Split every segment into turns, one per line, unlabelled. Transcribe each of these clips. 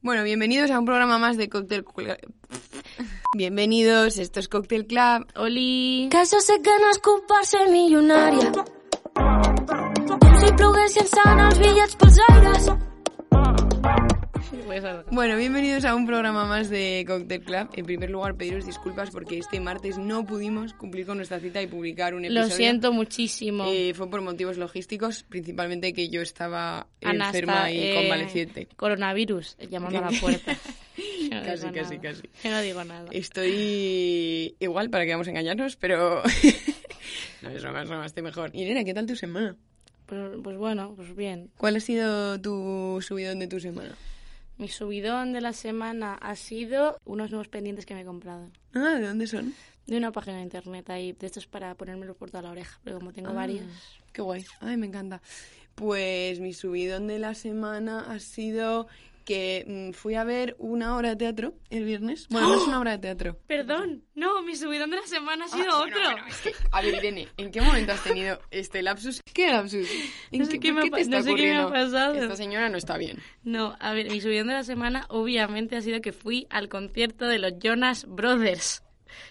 Bueno, bienvenidos a un programa más de Cóctel Club. Bienvenidos, esto es Cóctel Club. Oli.
Que se sé que no és comparsa milionària. Com si plogués llançant els bitllets pels aires.
Pues, ah,
Bueno, bienvenidos a un programa más de Cóctel Club. En primer lugar, pediros disculpas porque este martes no pudimos cumplir con nuestra cita y publicar un episodio.
Lo siento muchísimo.
Eh, fue por motivos logísticos, principalmente que yo estaba
Ana está,
enferma y
eh,
convaleciente.
Coronavirus, llamando a la puerta. Yo no
Casi,
digo
casi,
nada.
casi.
Yo no digo nada.
Estoy igual, para que vamos a engañarnos, pero... no, es broma, es broma, estoy mejor. Irene, ¿qué tal tu semana?
Pues, pues bueno, pues bien.
¿Cuál ha sido tu subidón de tu semana?
Mi subidón de la semana ha sido unos nuevos pendientes que me he comprado.
Ah, ¿de dónde son?
De una página de internet ahí. De estos para ponérmelo por toda la oreja, pero como tengo varios.
Qué guay. Ay, me encanta. Pues mi subidón de la semana ha sido que mm, fui a ver una obra de teatro el viernes. Bueno, no es una obra de teatro.
Perdón, no, mi subidón de la semana ¡Oh! ha sido
Ah,
otro.
A ver, Irene, ¿en qué momento has tenido este lapsus? ¿Qué lapsus? ¿En
No sé qué
por
me ha
te
pa-
está
no sé qué me ha
ocurriendo?
pasado.
Esta señora no está bien.
No, a ver, mi subidón de la semana obviamente ha sido que fui al concierto de los Jonas Brothers.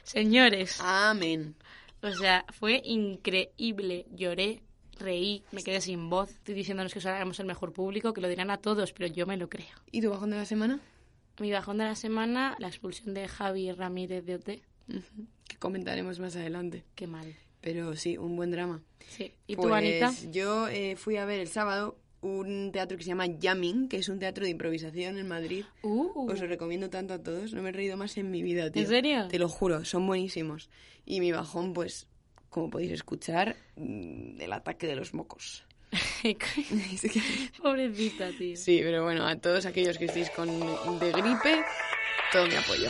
Señores.
Amén.
O sea, fue increíble. Lloré, reí, me quedé sin voz. Estoy diciéndonos que somos el mejor público, que lo dirán a todos, pero yo me lo creo.
¿Y tu bajón de la semana?
Mi bajón de la semana, la expulsión de Javi Ramírez de OT.
Ujú, Que comentaremos más adelante.
Qué mal.
Pero sí, un buen drama.
Sí. ¿Y
Pues,
tú, Anita?
Yo eh, fui a ver el sábado un teatro que se llama Yamming, que es un teatro de improvisación en Madrid.
Uh,
Os lo recomiendo tanto a todos. No me he reído más en mi vida, tío.
serio?
Te lo juro, son buenísimos. Y mi bajón, pues, como podéis escuchar, mm, el ataque de los mocos. Es que-
Pobrecita, tío.
sí, pero bueno, a todos aquellos que estéis con de gripe, todo mi apoyo.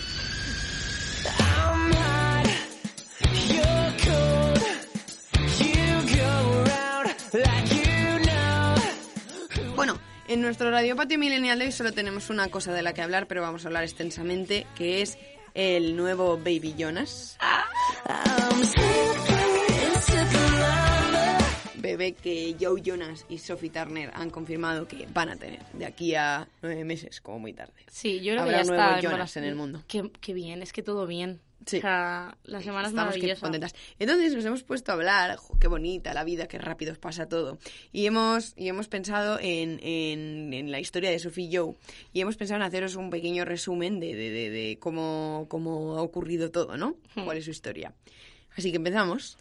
Bueno, en nuestro Radiopatio Milenial de hoy solo tenemos una cosa de la que hablar, pero vamos a hablar extensamente, que es el nuevo Baby Jonas. Ah, bebé que Joe Jonas y Sophie Turner han confirmado que van a tener de aquí a nueve meses, como muy tarde.
Sí, yo creo
Habrá
que ya
nuevo
está.
Jonas en el mundo.
Qué, qué bien, es que todo bien.
Sí.
O sea, la semana es
Estamos que
maravillosa.
contentas. Entonces nos hemos puesto a hablar, jo, qué bonita la vida, qué rápido pasa todo. Y hemos, y hemos pensado en, en- en la historia de Sophie y Joe. Y hemos pensado en haceros un pequeño resumen de, de- de- de cómo, cómo ha ocurrido todo, ¿no?
Hmm.
¿Cuál es su historia? Así que empezamos.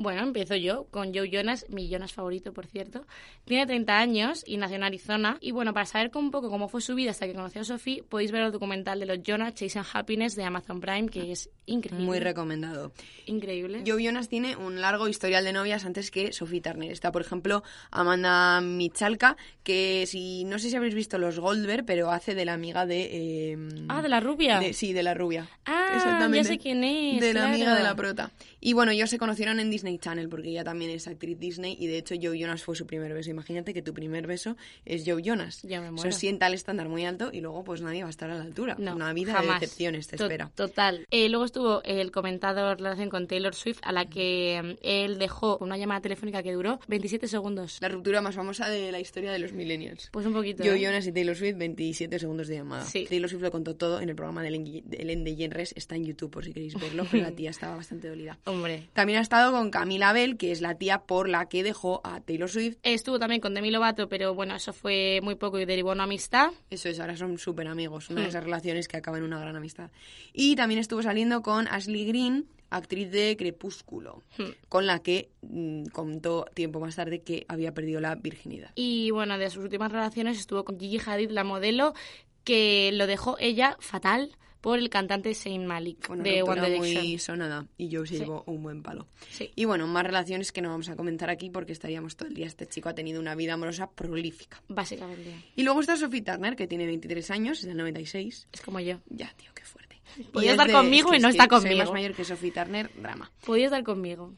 Bueno, empiezo yo con Joe Jonas, mi Jonas favorito, por cierto. Tiene 30 años y nació en Arizona. Y bueno, para saber un poco cómo fue su vida hasta que conoció a Sophie, podéis ver el documental de los Jonas Chasing Happiness de Amazon Prime, que es increíble.
Muy recomendado.
increíble.
Joe Jonas tiene un largo historial de novias antes que Sophie Turner. Está, por ejemplo, Amanda Michalka, que si no sé si habréis visto los Goldberg, pero hace de la amiga de... eh,
ah, de la rubia.
de- sí, de la rubia.
Ah,
Exactamente.
ya sé quién es,
De la
claro.
amiga de la prota. Y bueno, ellos se conocieron en Disney Channel porque ella también es actriz Disney y de hecho Joe Jonas fue su primer beso. Imagínate que tu primer beso es Joe Jonas.
Ya me muero.
Eso sienta el estándar muy alto y luego pues nadie va a estar a la altura.
No,
Una vida
jamás.
de decepciones te
To-
espera.
Total. Eh, luego estuvo el comentado en relación con Taylor Swift, a la que mm, él dejó una llamada telefónica que duró 27 segundos.
La ruptura más famosa de la historia de los millennials.
Pues un poquito.
Joe
¿eh?
Jonas y Taylor Swift, 27 segundos de llamada.
Sí.
Taylor Swift lo contó todo en el programa de Ellen de Ellen DeGeneres. Está en YouTube por si queréis verlo, pero la tía estaba bastante dolida.
Hombre.
También ha estado con Camila Bell, que es la tía por la que dejó a Taylor Swift.
Estuvo también con Demi Lovato, pero bueno, eso fue muy poco y derivó a una amistad.
Eso es, ahora son súper amigos.
Hmm.
Una de esas relaciones que acaban en una gran amistad. Y también estuvo saliendo con Ashley Green, actriz de Crepúsculo,
Hmm.
con la que mm, contó tiempo más tarde que había perdido la virginidad.
Y bueno, de sus últimas relaciones estuvo con Gigi Hadid, la modelo, que lo dejó ella fatal por el cantante Saint Malik
Bueno,
de One
ruptura
Direction.
muy sonada y Joe se
Sí.
llevó un buen palo.
Sí.
Y bueno, más relaciones que no vamos a comentar aquí porque estaríamos todo el día. Este chico ha tenido una vida amorosa prolífica.
Básicamente.
Y luego está Sophie Turner, que tiene 23 años, es del 96.
Es como yo.
Ya, tío, qué fuerte.
Podía
es
estar conmigo y no
es
está
Soy
conmigo.
más mayor que Sophie Turner, drama.
Podía estar conmigo.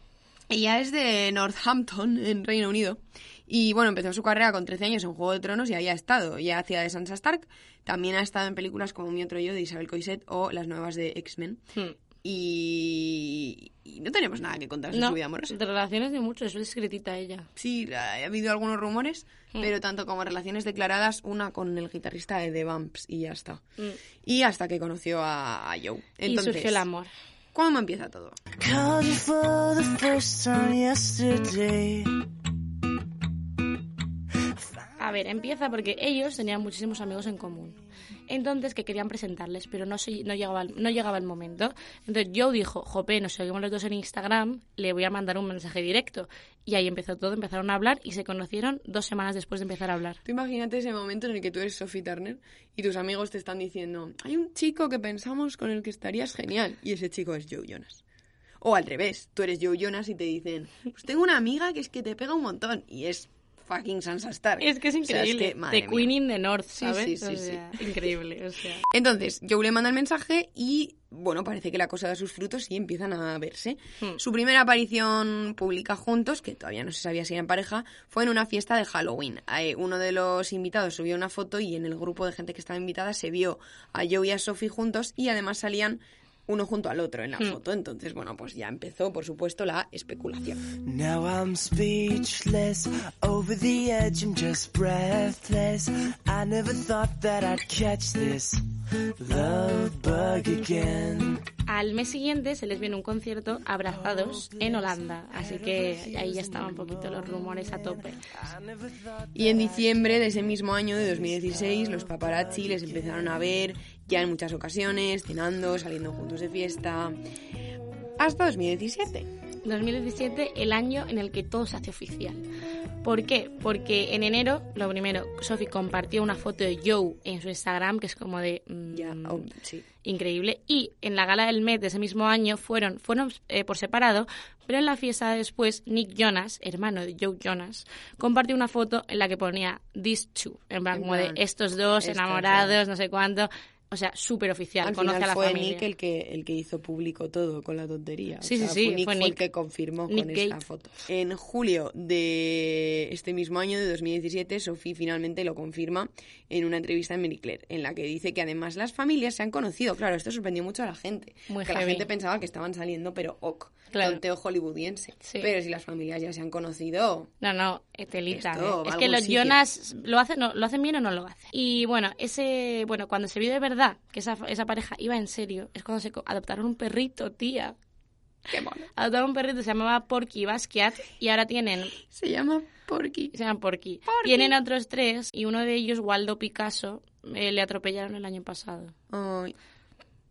Ella es de Northampton, en Reino Unido. Y bueno, empezó su carrera con 13 años en Juego de Tronos y ahí ha estado. Ya hacía de Sansa Stark. También ha estado en películas como Mi otro yo de Isabel Coixet o las nuevas de X-Men.
Hmm.
y, y no tenemos nada que contar de
No,
su vida amorosa.
de relaciones ni mucho, es discretita ella.
Sí, ha ha habido algunos rumores,
Mm.
pero tanto como relaciones declaradas, una con el guitarrista de The Bumps y ya está.
Mm.
Y hasta que conoció a, a Joe. Entonces,
y surgió el amor.
¿Cómo empieza todo?
Called you for the first time yesterday.
A ver, empieza porque ellos tenían muchísimos amigos en común. Entonces, que querían presentarles, pero no, se- no, llegaba, el- no llegaba el momento. Entonces, Joe dijo, Jope, nos seguimos los dos en Instagram, le voy a mandar un mensaje directo. Y ahí empezó todo, empezaron a hablar y se conocieron dos semanas después de empezar a hablar.
Tú imagínate ese momento en el que tú eres Sophie Turner y tus amigos te están diciendo, hay un chico que pensamos con el que estarías genial y ese chico es Joe Jonas. O al revés, tú eres Joe Jonas y te dicen, pues tengo una amiga que es que te pega un montón y es fucking Sansa Stark.
Es que es
O sea,
increíble.
que, madre
The
mía.
Queen in the North,
Sí,
¿sabes?
sí, sí,
O sea, Increíble, o sea.
Entonces, Joe le manda el mensaje y, bueno, parece que la cosa da sus frutos y empiezan a verse.
Hmm.
Su primera aparición pública juntos, que todavía no se sabía si eran pareja, fue en una fiesta de Halloween. Eh, Uno de los invitados subió una foto y en el grupo de gente que estaba invitada se vio a Joe y a Sophie juntos y además salían uno junto al otro en la foto. Entonces, bueno, pues ya empezó, por supuesto, la especulación.
Now I'm speechless, over the edge, I'm just breathless. I never thought that I'd catch this love bug again.
Al mes siguiente se les viene un concierto abrazados en Holanda, así que ahí ya estaban un poquito los rumores a tope.
Y en diciembre de ese mismo año, de 2016, los paparazzi les empezaron a ver ya en muchas ocasiones, cenando, saliendo juntos de fiesta. Hasta 2017.
2017, el año en el que todo se hace oficial. ¿Por qué? Porque en enero, lo primero, Sophie compartió una foto de Joe en su Instagram, que es como de... mm,
Ya, oh, sí.
Increíble. Y en la gala del Met de ese mismo año fueron, fueron eh, por separado, pero en la fiesta de después, Nick Jonas, hermano de Joe Jonas, compartió una foto en la que ponía these two, en plan
En
como de
plan,
estos dos,
estos
enamorados, no sé cuánto. O sea, súper oficial,
Al
conoce
final
a la
fue
familia.
Nick el que, el que hizo público todo con la tontería. O
Sí, sí,
sea,
sí,
Fue Nick
fue
fue,
Nick.
el que confirmó
Nick
con esta
Gates.
foto. En julio de este mismo año, de 2017, Sophie finalmente lo confirma en una entrevista en Marie Claire, en la que dice que además las familias se han conocido. Claro, esto sorprendió mucho a la gente.
Muy
que la
heavy.
gente pensaba que estaban saliendo, pero ok,
Claro.
tonteo hollywoodiense.
Sí.
Pero si las familias ya se han conocido,
No, no, eh, telita.
Esto
eh.
va a
Es que
algún
los
sitio.
Jonas lo hacen, no, lo hacen bien o no lo hacen. Y bueno, ese, bueno, cuando se vio de verdad que esa, esa pareja iba en serio, es cuando se co- adoptaron un perrito, tía.
qué mono.
Adoptaron un perrito, se llamaba Porky Basquiat y ahora tienen,
Se llama Porky.
se llaman Porky. Tienen otros tres y uno de ellos, Waldo Picasso, eh, le atropellaron el año pasado.
Ay,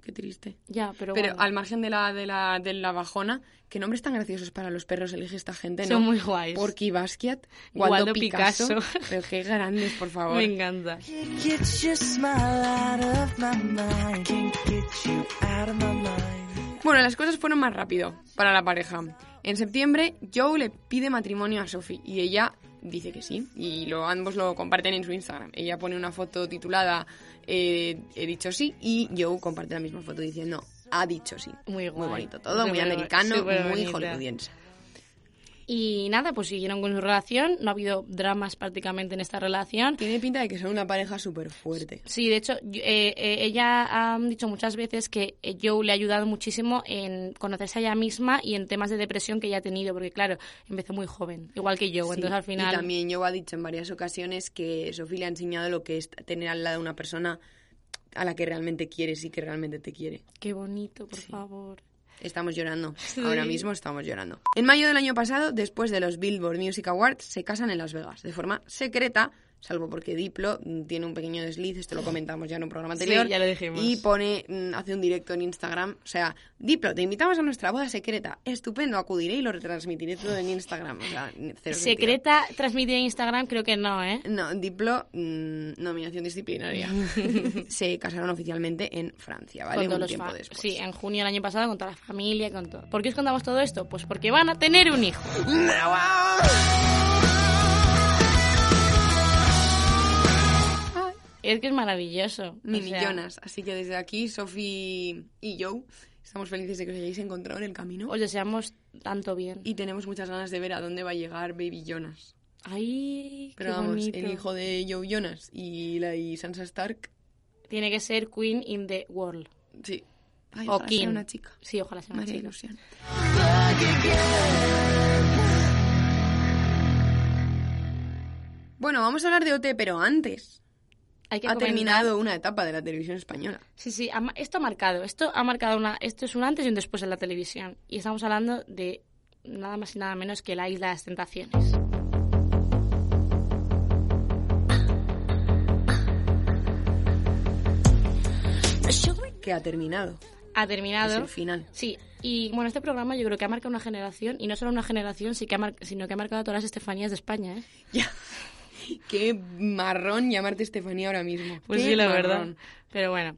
qué triste.
Ya, pero,
Pero
bueno,
al margen de la, de, la, de la bajona, qué nombres tan graciosos para los perros elige esta gente, ¿no?
son muy guays.
Porky Basquiat,
Waldo
Waldo, Picasso.
Picasso.
Pero qué grandes, por favor.
Me encanta.
Can't get your smile out of my mind. Can't get you out of my mind.
Bueno, las cosas fueron más rápido para la pareja. En septiembre, Joe le pide matrimonio a Sophie y ella dice que sí. Y lo, ambos lo comparten en su Instagram. Ella pone una foto titulada eh, He dicho sí y Joe comparte la misma foto diciendo Ha dicho sí.
Muy guay.
Muy bonito todo, muy
Súper guay,
americano,
súper
muy
bonita.
hollywoodiense.
Y nada, pues siguieron con su relación, no ha habido dramas prácticamente en esta relación.
Tiene pinta de que son una pareja súper fuerte.
Sí, de hecho, yo- eh, eh, ella ha dicho muchas veces que eh, Joe le ha ayudado muchísimo en conocerse a ella misma y en temas de depresión que ella ha tenido, porque claro, empezó muy joven, igual que
Sí,
Joe, entonces al final...
Y también Joe ha dicho en varias ocasiones que Sofía le ha enseñado lo que es tener al lado una persona a la que realmente quieres y que realmente te quiere.
Qué bonito, por favor.
Estamos llorando.
Sí.
Ahora mismo estamos llorando. En mayo del año pasado, después de los Billboard Music Awards, se casan en Las Vegas de forma secreta, salvo porque Diplo mm, tiene un pequeño desliz, esto lo comentamos ya en un programa
Sí,
anterior.
ya lo dijimos.
Y pone, mm, hace un directo en Instagram, o sea, Diplo, te invitamos a nuestra boda secreta. Estupendo, acudiré y lo retransmitiré todo en Instagram. O sea, n- cero sentido.
Secreta transmitida en Instagram, creo que no, ¿eh?
No, Diplo, mm, nominación disciplinaria. se casaron oficialmente en Francia, ¿vale?
todos
Un
los
tiempo
fa-
después.
Sí, en junio del año pasado con toda la familia, con todo. ¿Por qué os contamos todo esto? Pues porque van a tener un hijo. Es que es maravilloso. o
Mini
sea,
Jonas. Así que desde aquí, Sophie y Joe, estamos felices de que os hayáis encontrado en el camino.
Os deseamos tanto bien.
Y tenemos muchas ganas de ver a dónde va a llegar Baby Jonas.
Ay,
Pero
qué
vamos,
bonito.
el hijo de Joe Jonas y la y Sansa Stark,
Tiene que ser Queen in the World.
sí. Ay,
o
ojalá sea
King.
una chica.
Sí, ojalá sea
Me
una
haría
chica.
ilusión. Bueno, vamos a hablar de OT, pero antes
Hay que
ha
comentar-
terminado una etapa de la televisión española.
Sí, sí, ha ma- esto ha marcado, esto ha marcado una, esto es un antes y un después en la televisión. Y estamos hablando de nada más y nada menos que la Isla de las Tentaciones.
Que ha terminado.
Ha
Es
terminado.
el final.
Sí, y bueno, este programa yo creo que ha marcado una generación, y no solo una generación, sí que ha mar- sino que ha marcado a todas las Estefanías de España, ¿eh?
Ya. Qué marrón llamarte Estefanía ahora mismo.
Pues
Qué
sí, la
marrón.
verdad. Pero bueno.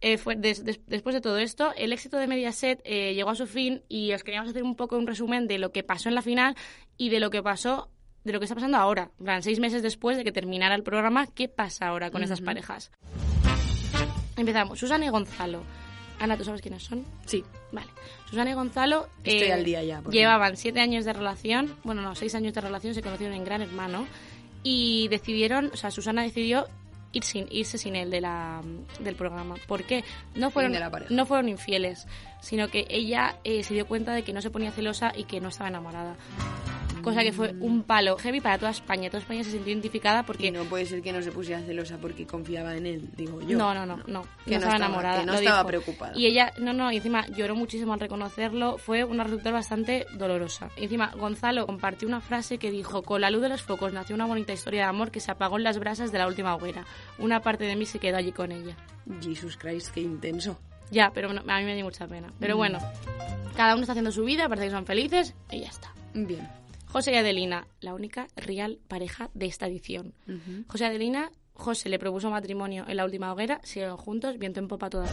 Eh, fue des- des- después de todo esto, el éxito de Mediaset eh, llegó a su fin y os queríamos hacer un poco un resumen de lo que pasó en la final y de lo que pasó, de lo que está pasando ahora. En plan, seis meses después de que terminara el programa, ¿qué pasa ahora con estas parejas? Empezamos. Susana y Gonzalo. Ana, ¿tú sabes quiénes son?
Sí.
Vale. Susana y Gonzalo eh,
Estoy al día ya, por
llevaban siete años de relación, bueno, no, seis años de relación, se conocieron en Gran Hermano y decidieron, o sea, Susana decidió ir sin, irse sin él de la, del programa. ¿Por qué? No fueron,
de la pareja.
no fueron infieles, sino que ella eh, se dio cuenta de que no se ponía celosa y que no estaba enamorada. Cosa que fue un palo heavy para toda España. Toda España se sintió identificada porque
Y no puede ser que no se pusiera celosa porque confiaba en él, digo yo.
no, no, no, no.
Que no
estaba
estaba-
enamorada.
que no
lo
estaba
dijo.
preocupada.
Y ella, no, no, y encima lloró muchísimo al reconocerlo. Fue una resultado bastante dolorosa. Y encima, Gonzalo compartió una frase que dijo: Con la luz de los focos nació una bonita historia de amor que se apagó en las brasas de la última hoguera. Una parte de mí se quedó allí con ella.
Jesus Christ, qué intenso.
Ya, pero no- a mí me dio mucha pena. Pero bueno, cada uno está haciendo su vida, parece que son felices y ya está.
Bien.
José y Adelina, la única real pareja de esta edición. José y Adelina, José le propuso matrimonio en la última hoguera, siguen juntos, viento en popa toda.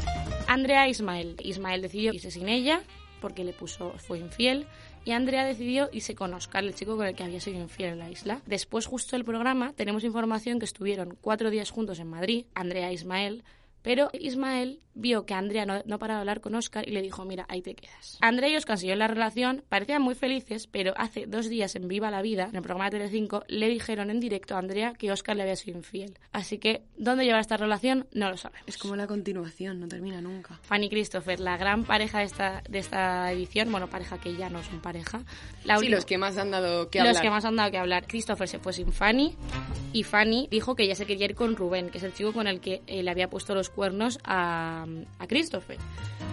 Andrea e Ismael. Ismael decidió irse sin ella porque le puso, fue infiel. Y Andrea decidió irse con Oscar, el chico con el que había sido infiel en la isla. Después, justo del programa, tenemos información que estuvieron cuatro días juntos en Madrid, Andrea e Ismael, pero Ismael vio que Andrea no, no paraba de hablar con Oscar y le dijo, mira, ahí te quedas. Andrea y Oscar siguieron la relación, parecían muy felices, pero hace dos días en Viva la Vida, en el programa de Telecinco, le dijeron en directo a Andrea que Oscar le había sido infiel. Así que, ¿dónde llevará esta relación? No lo sabemos.
Es como la continuación, no termina nunca.
Fanny Christopher, la gran pareja de esta, de esta edición, bueno, pareja que ya no son pareja. La
Sí,
última-
los que más han dado que
los
hablar.
que más han dado que hablar. Christopher se fue sin Fanny y Fanny dijo que ella se quería ir con Rubén, que es el chico con el que eh, le había puesto los cuernos a, a Christopher.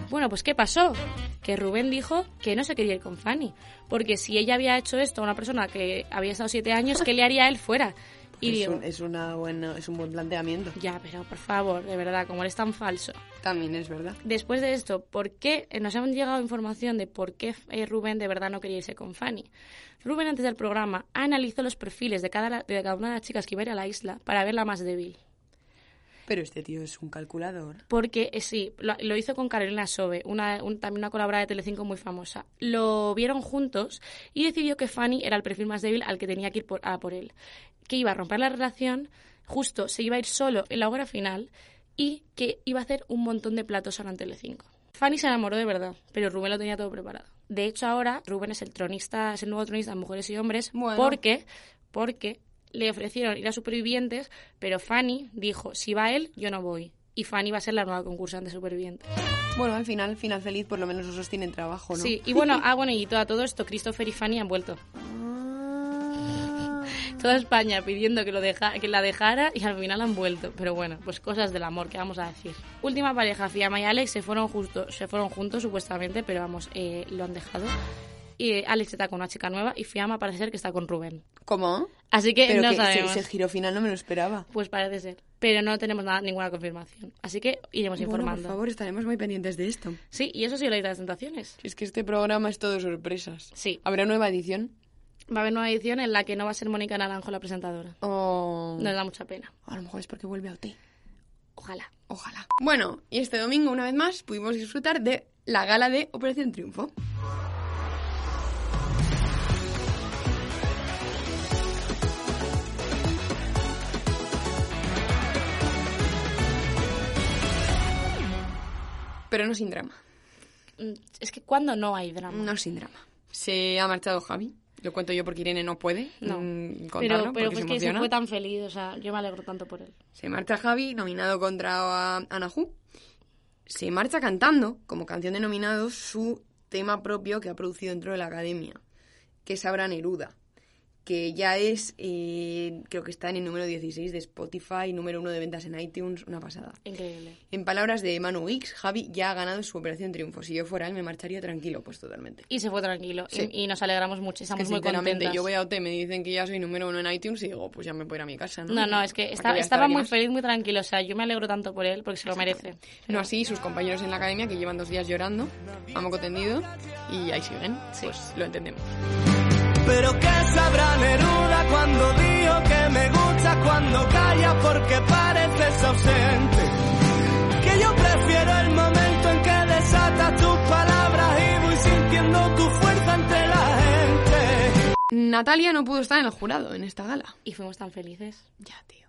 Bueno, pues ¿qué pasó? Que Rubén dijo que no se quería ir con Fanny, porque si ella había hecho esto a una persona que había estado siete años, ¿qué le haría a él fuera? Y
es,
digo,
un, es una buena, es un buen planteamiento.
ya, pero por favor, de verdad, como eres tan falso.
También es verdad.
Después de esto, ¿por qué eh, nos han llegado información de por qué eh, Rubén de verdad no quería irse con Fanny? Rubén antes del programa analizó los perfiles de cada, de cada una de las chicas que iba a ir a la isla para verla más débil.
Pero este tío es un calculador.
Porque eh, sí, lo, lo hizo con Carolina Sobe, una, un- también una colaboradora de Telecinco muy famosa. Lo vieron juntos y decidió que Fanny era el perfil más débil al que tenía que ir por, a por él. Que iba a romper la relación, justo se iba a ir solo en la hora final y que iba a hacer un montón de platos ahora en Telecinco. Fanny se enamoró de verdad, pero Rubén lo tenía todo preparado. De hecho, ahora Rubén es el tronista, es el nuevo tronista de mujeres y hombres,
Bueno.
porque, porque le ofrecieron ir a supervivientes, pero Fanny dijo, si va él, yo no voy. Y Fanny va a ser la nueva concursante superviviente.
Bueno, al final, final feliz, por lo menos esos tienen trabajo, ¿no?
Sí, y bueno, ah, bueno, y todo, a todo esto, Christopher y Fanny han vuelto.
Ah.
Toda España pidiendo que, lo deja, que la dejara y al final han vuelto. Pero bueno, pues cosas del amor, que vamos a decir? Última pareja, Fiamma y Alex, se fueron, justo, se fueron juntos supuestamente, pero vamos, eh, lo han dejado. Y eh, Alex está con una chica nueva y Fiamma parece ser que está con Rubén.
¿Cómo?
Así que
Pero
no
que ese-
sabemos.
ese, giro final no me lo esperaba.
Pues parece ser. Pero no tenemos nada, ninguna confirmación. Así que iremos
Bueno,
informando.
por favor, estaremos muy pendientes de esto.
Sí, y eso sí, la isla de las tentaciones.
Si es que este programa es todo sorpresas.
Sí.
¿Habrá nueva edición?
Va a haber una edición en la que no va a ser Mónica Naranjo la presentadora.
O...
Nos da mucha pena.
A lo mejor es porque vuelve a OT.
Ojalá.
Ojalá. Bueno, y este domingo, una vez más, pudimos disfrutar de la gala de Operación Triunfo. Pero no sin drama.
Mm, Es que cuando no hay drama.
No sin drama. Se ha marchado Javi. Lo cuento yo porque Irene no puede
No.
mm,
Pero,
contarlo
pero
porque se
es que se
emociona.
fue tan feliz, o sea, yo me alegro tanto por él.
Se marcha Javi, nominado contra Anahu. ah, se marcha cantando, como canción denominado, su tema propio que ha producido dentro de la academia, que es Abra Neruda, que ya es, eh, creo que está en el número 16 de Spotify, número uno de ventas en iTunes, una pasada.
Increíble.
En palabras de Manu Hicks, Javi ya ha ganado su operación triunfo. Si yo fuera él, me marcharía tranquilo, pues totalmente.
Y se fue tranquilo.
Sí.
Y, y nos alegramos mucho. Estamos
que
muy
sinceramente,
contentos.
yo voy a OT, me dicen que ya soy número uno en iTunes y digo, pues ya me puedo ir a mi casa, ¿no?
No, no, es que
¿Para qué
esta-
voy a estar
estaba
aquí
muy
más?
feliz, muy tranquilo. O sea, yo me alegro tanto por él porque se lo merece.
No así, sus compañeros en la academia que llevan dos días llorando, a moco tendido, y ahí siguen.
Sí.
Pues lo entendemos.
Pero qué sabrá Neruda cuando digo que me gusta cuando calla porque pareces ausente. Que yo prefiero el momento en que desatas tus palabras y voy sintiendo tu fuerza entre la gente.
Natalia no pudo estar en el jurado en esta gala.
Y fuimos tan felices.
Ya, tío.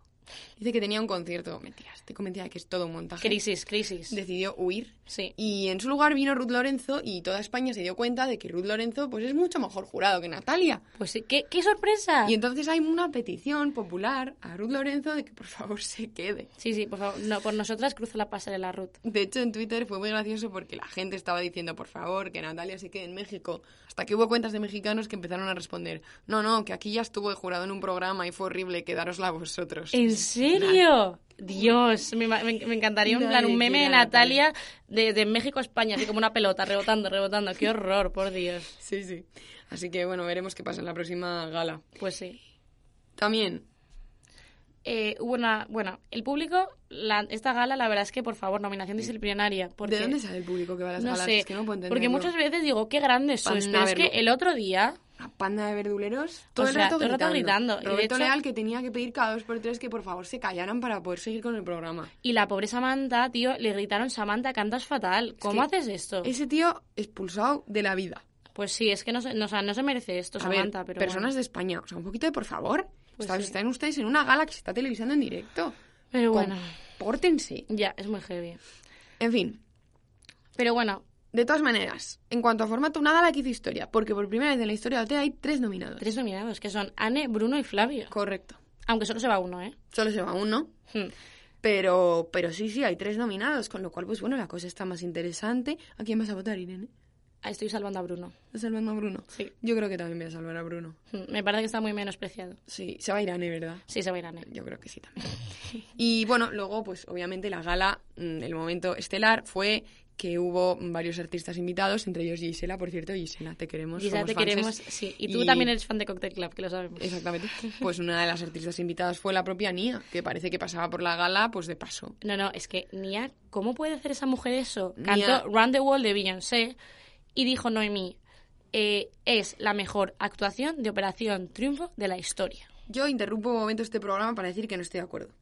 Dice que tenía un concierto. Mentiras, estoy convencida de que es todo un montaje.
Crisis, crisis.
Decidió huir.
Sí.
Y en su lugar vino Ruth Lorenzo y toda España se dio cuenta de que Ruth Lorenzo pues es mucho mejor jurado que Natalia.
Pues sí, ¿qué, qué sorpresa.
Y entonces hay una petición popular a Ruth Lorenzo de que por favor se quede.
Sí, sí, por favor. No, por nosotras cruza la pasarela Ruth.
De hecho, en Twitter fue muy gracioso porque la gente estaba diciendo, por favor, que Natalia se quede en México. Hasta que hubo cuentas de mexicanos que empezaron a responder, no, no, que aquí ya estuvo de jurado en un programa y fue horrible, quedárosla vosotros.
¿En serio? Dios, me, ma- me- me encantaría un,
Nadie
plan, un meme
quiere
de
a Natalia.
Natalia de, de México a España, así como una pelota, rebotando, rebotando. Qué horror, por Dios.
Sí, sí. Así que bueno, veremos qué pasa en la próxima gala.
Pues sí.
También,
Eh, hubo una, bueno, el público, la- esta gala, la verdad es que, por favor, nominación disciplinaria. Porque,
¿de dónde sale el público que va a las
No
galas?
sé,
Es que no puedo entenderlo.
porque muchas veces digo, qué grande sois,
Panda
pero es que
verlo.
el otro día,
Una panda de verduleros todo,
O
el,
sea,
rato
todo el rato gritando. Y de
Roberto
hecho-
Leal que tenía que pedir cada dos por tres que por favor se callaran para poder seguir con el programa.
y la pobre Samantha, tío, le gritaron, Samantha, cantas fatal, ¿cómo
que
haces esto?
Ese tío expulsado de la vida.
Pues sí, es que no, se- no, o sea, no se merece esto,
Pues a ver,
Samantha, pero
personas
bueno.
de España, o sea, un poquito de por favor.
Pues
Está-
sí.
Están ustedes en una gala que se está televisando en directo.
Pero bueno,
Pórtense.
ya, es muy heavy.
En fin,
Pero bueno,
de todas maneras, en cuanto a formato, una gala que hizo historia, porque por primera vez en la historia de OT hay tres nominados.
tres nominados, que son Anne, Bruno y Flavio.
Correcto.
Aunque solo se va uno, ¿eh?
Solo se va uno.
Hmm.
Pero, pero sí, sí, hay tres nominados, con lo cual, pues bueno, la cosa está más interesante. ¿A quién vas a votar, Irene?
Ah, Estoy salvando a Bruno.
¿Estás salvando a Bruno?
Sí.
Yo creo que también voy a salvar a Bruno.
Hmm, Me parece que está muy menospreciado.
Sí, se va a Irene, ¿verdad?
Sí, se va a ir Anne.
Yo creo que sí también. Y bueno, luego, pues obviamente la gala, mm, el momento estelar fue que hubo varios artistas invitados, entre ellos Gisela, por cierto. Gisela, te queremos.
Y ya
somos
te
fanses.
queremos, sí. Y tú también eres fan de Cocktail Club, que lo sabemos.
Exactamente. Pues una de las artistas invitadas fue la propia Nia, que parece que pasaba por la gala, pues de paso.
No, no, es que Nia, ¿cómo puede hacer esa mujer eso?
Nia-
Cantó Round the World de Beyoncé y dijo Noemí, eh, es la mejor actuación de Operación Triunfo de la historia.
Yo interrumpo un momento este programa para decir que no estoy de acuerdo.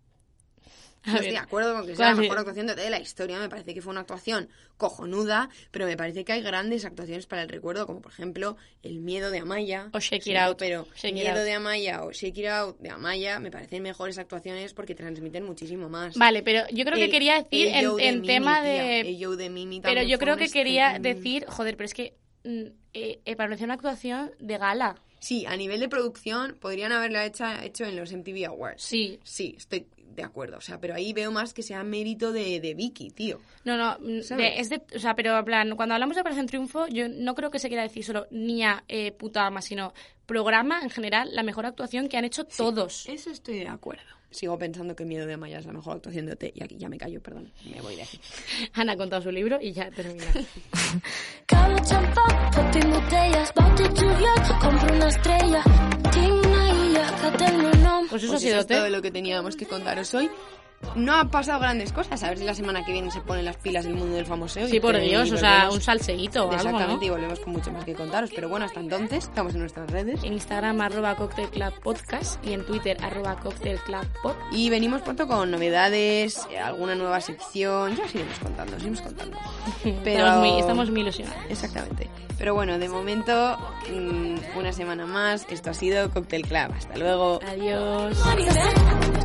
A
No
ver,
estoy de acuerdo con que sea
¿cuál
la mejor
es?
actuación de de la historia. Me parece que fue una actuación cojonuda, pero me parece que hay grandes actuaciones para el recuerdo, como por ejemplo El miedo de Amaya.
O Shake It
Siento,
Out.
Pero
Shake It
Miedo
Out.
de Amaya o Shake It Out de Amaya me parecen mejores actuaciones porque transmiten muchísimo más.
Vale, pero yo creo
Pues El-
que quería decir
el yo
en,
de
en
Mimi,
tema
tía.
de...
El yo de Mimi
pero
también
yo
fue
creo
un
que
est-
quería
un-
decir, joder, pero es que mm, eh, eh, pareció una actuación de gala.
Sí, a nivel de producción podrían haberla hecha, hecho en los MTV Awards.
Sí.
Sí, estoy de acuerdo. O sea, pero ahí veo más que sea mérito de, de Vicky, tío.
No, no, mm, de-
¿Sabes?
es de, o sea, pero en plan, cuando hablamos de Operación Triunfo, yo no creo que se quiera decir solo Nia, eh, puta ama, sino programa en general, la mejor actuación que han hecho todos.
Eso estoy de acuerdo. Sigo pensando que Miedo de Amaya es la mejor actuación de OT. Y aquí ya me callo, perdón. Me voy de aquí.
Ana ha contado su libro y ya pues termina.
Cava champán, pop y botellas, bate juliet, compro una estrella, tinc una illa que té el meu nom.
Pues eso
Pues
ha sido
es todo
todo.
lo que teníamos que contaros hoy. No ha pasado grandes cosas. A ver si la semana que viene se ponen las pilas del mundo del famoso.
Sí, por Dios, o sea, un salseíto o algo,
Exactamente,
¿no?
y volvemos con mucho más que contaros. Pero bueno, hasta entonces, estamos en nuestras redes.
En Instagram, arroba Cocktail Club Podcast y en Twitter, arroba Cocktail Club Pod.
Y venimos pronto con novedades, eh, alguna nueva sección. Ya os iremos contando, os iremos contando.
Estamos, muy, estamos muy ilusionados.
Exactamente. Pero bueno, de momento, mm, una semana más. Esto ha sido Cocktail Club. Hasta luego.
Adiós.
Maribel,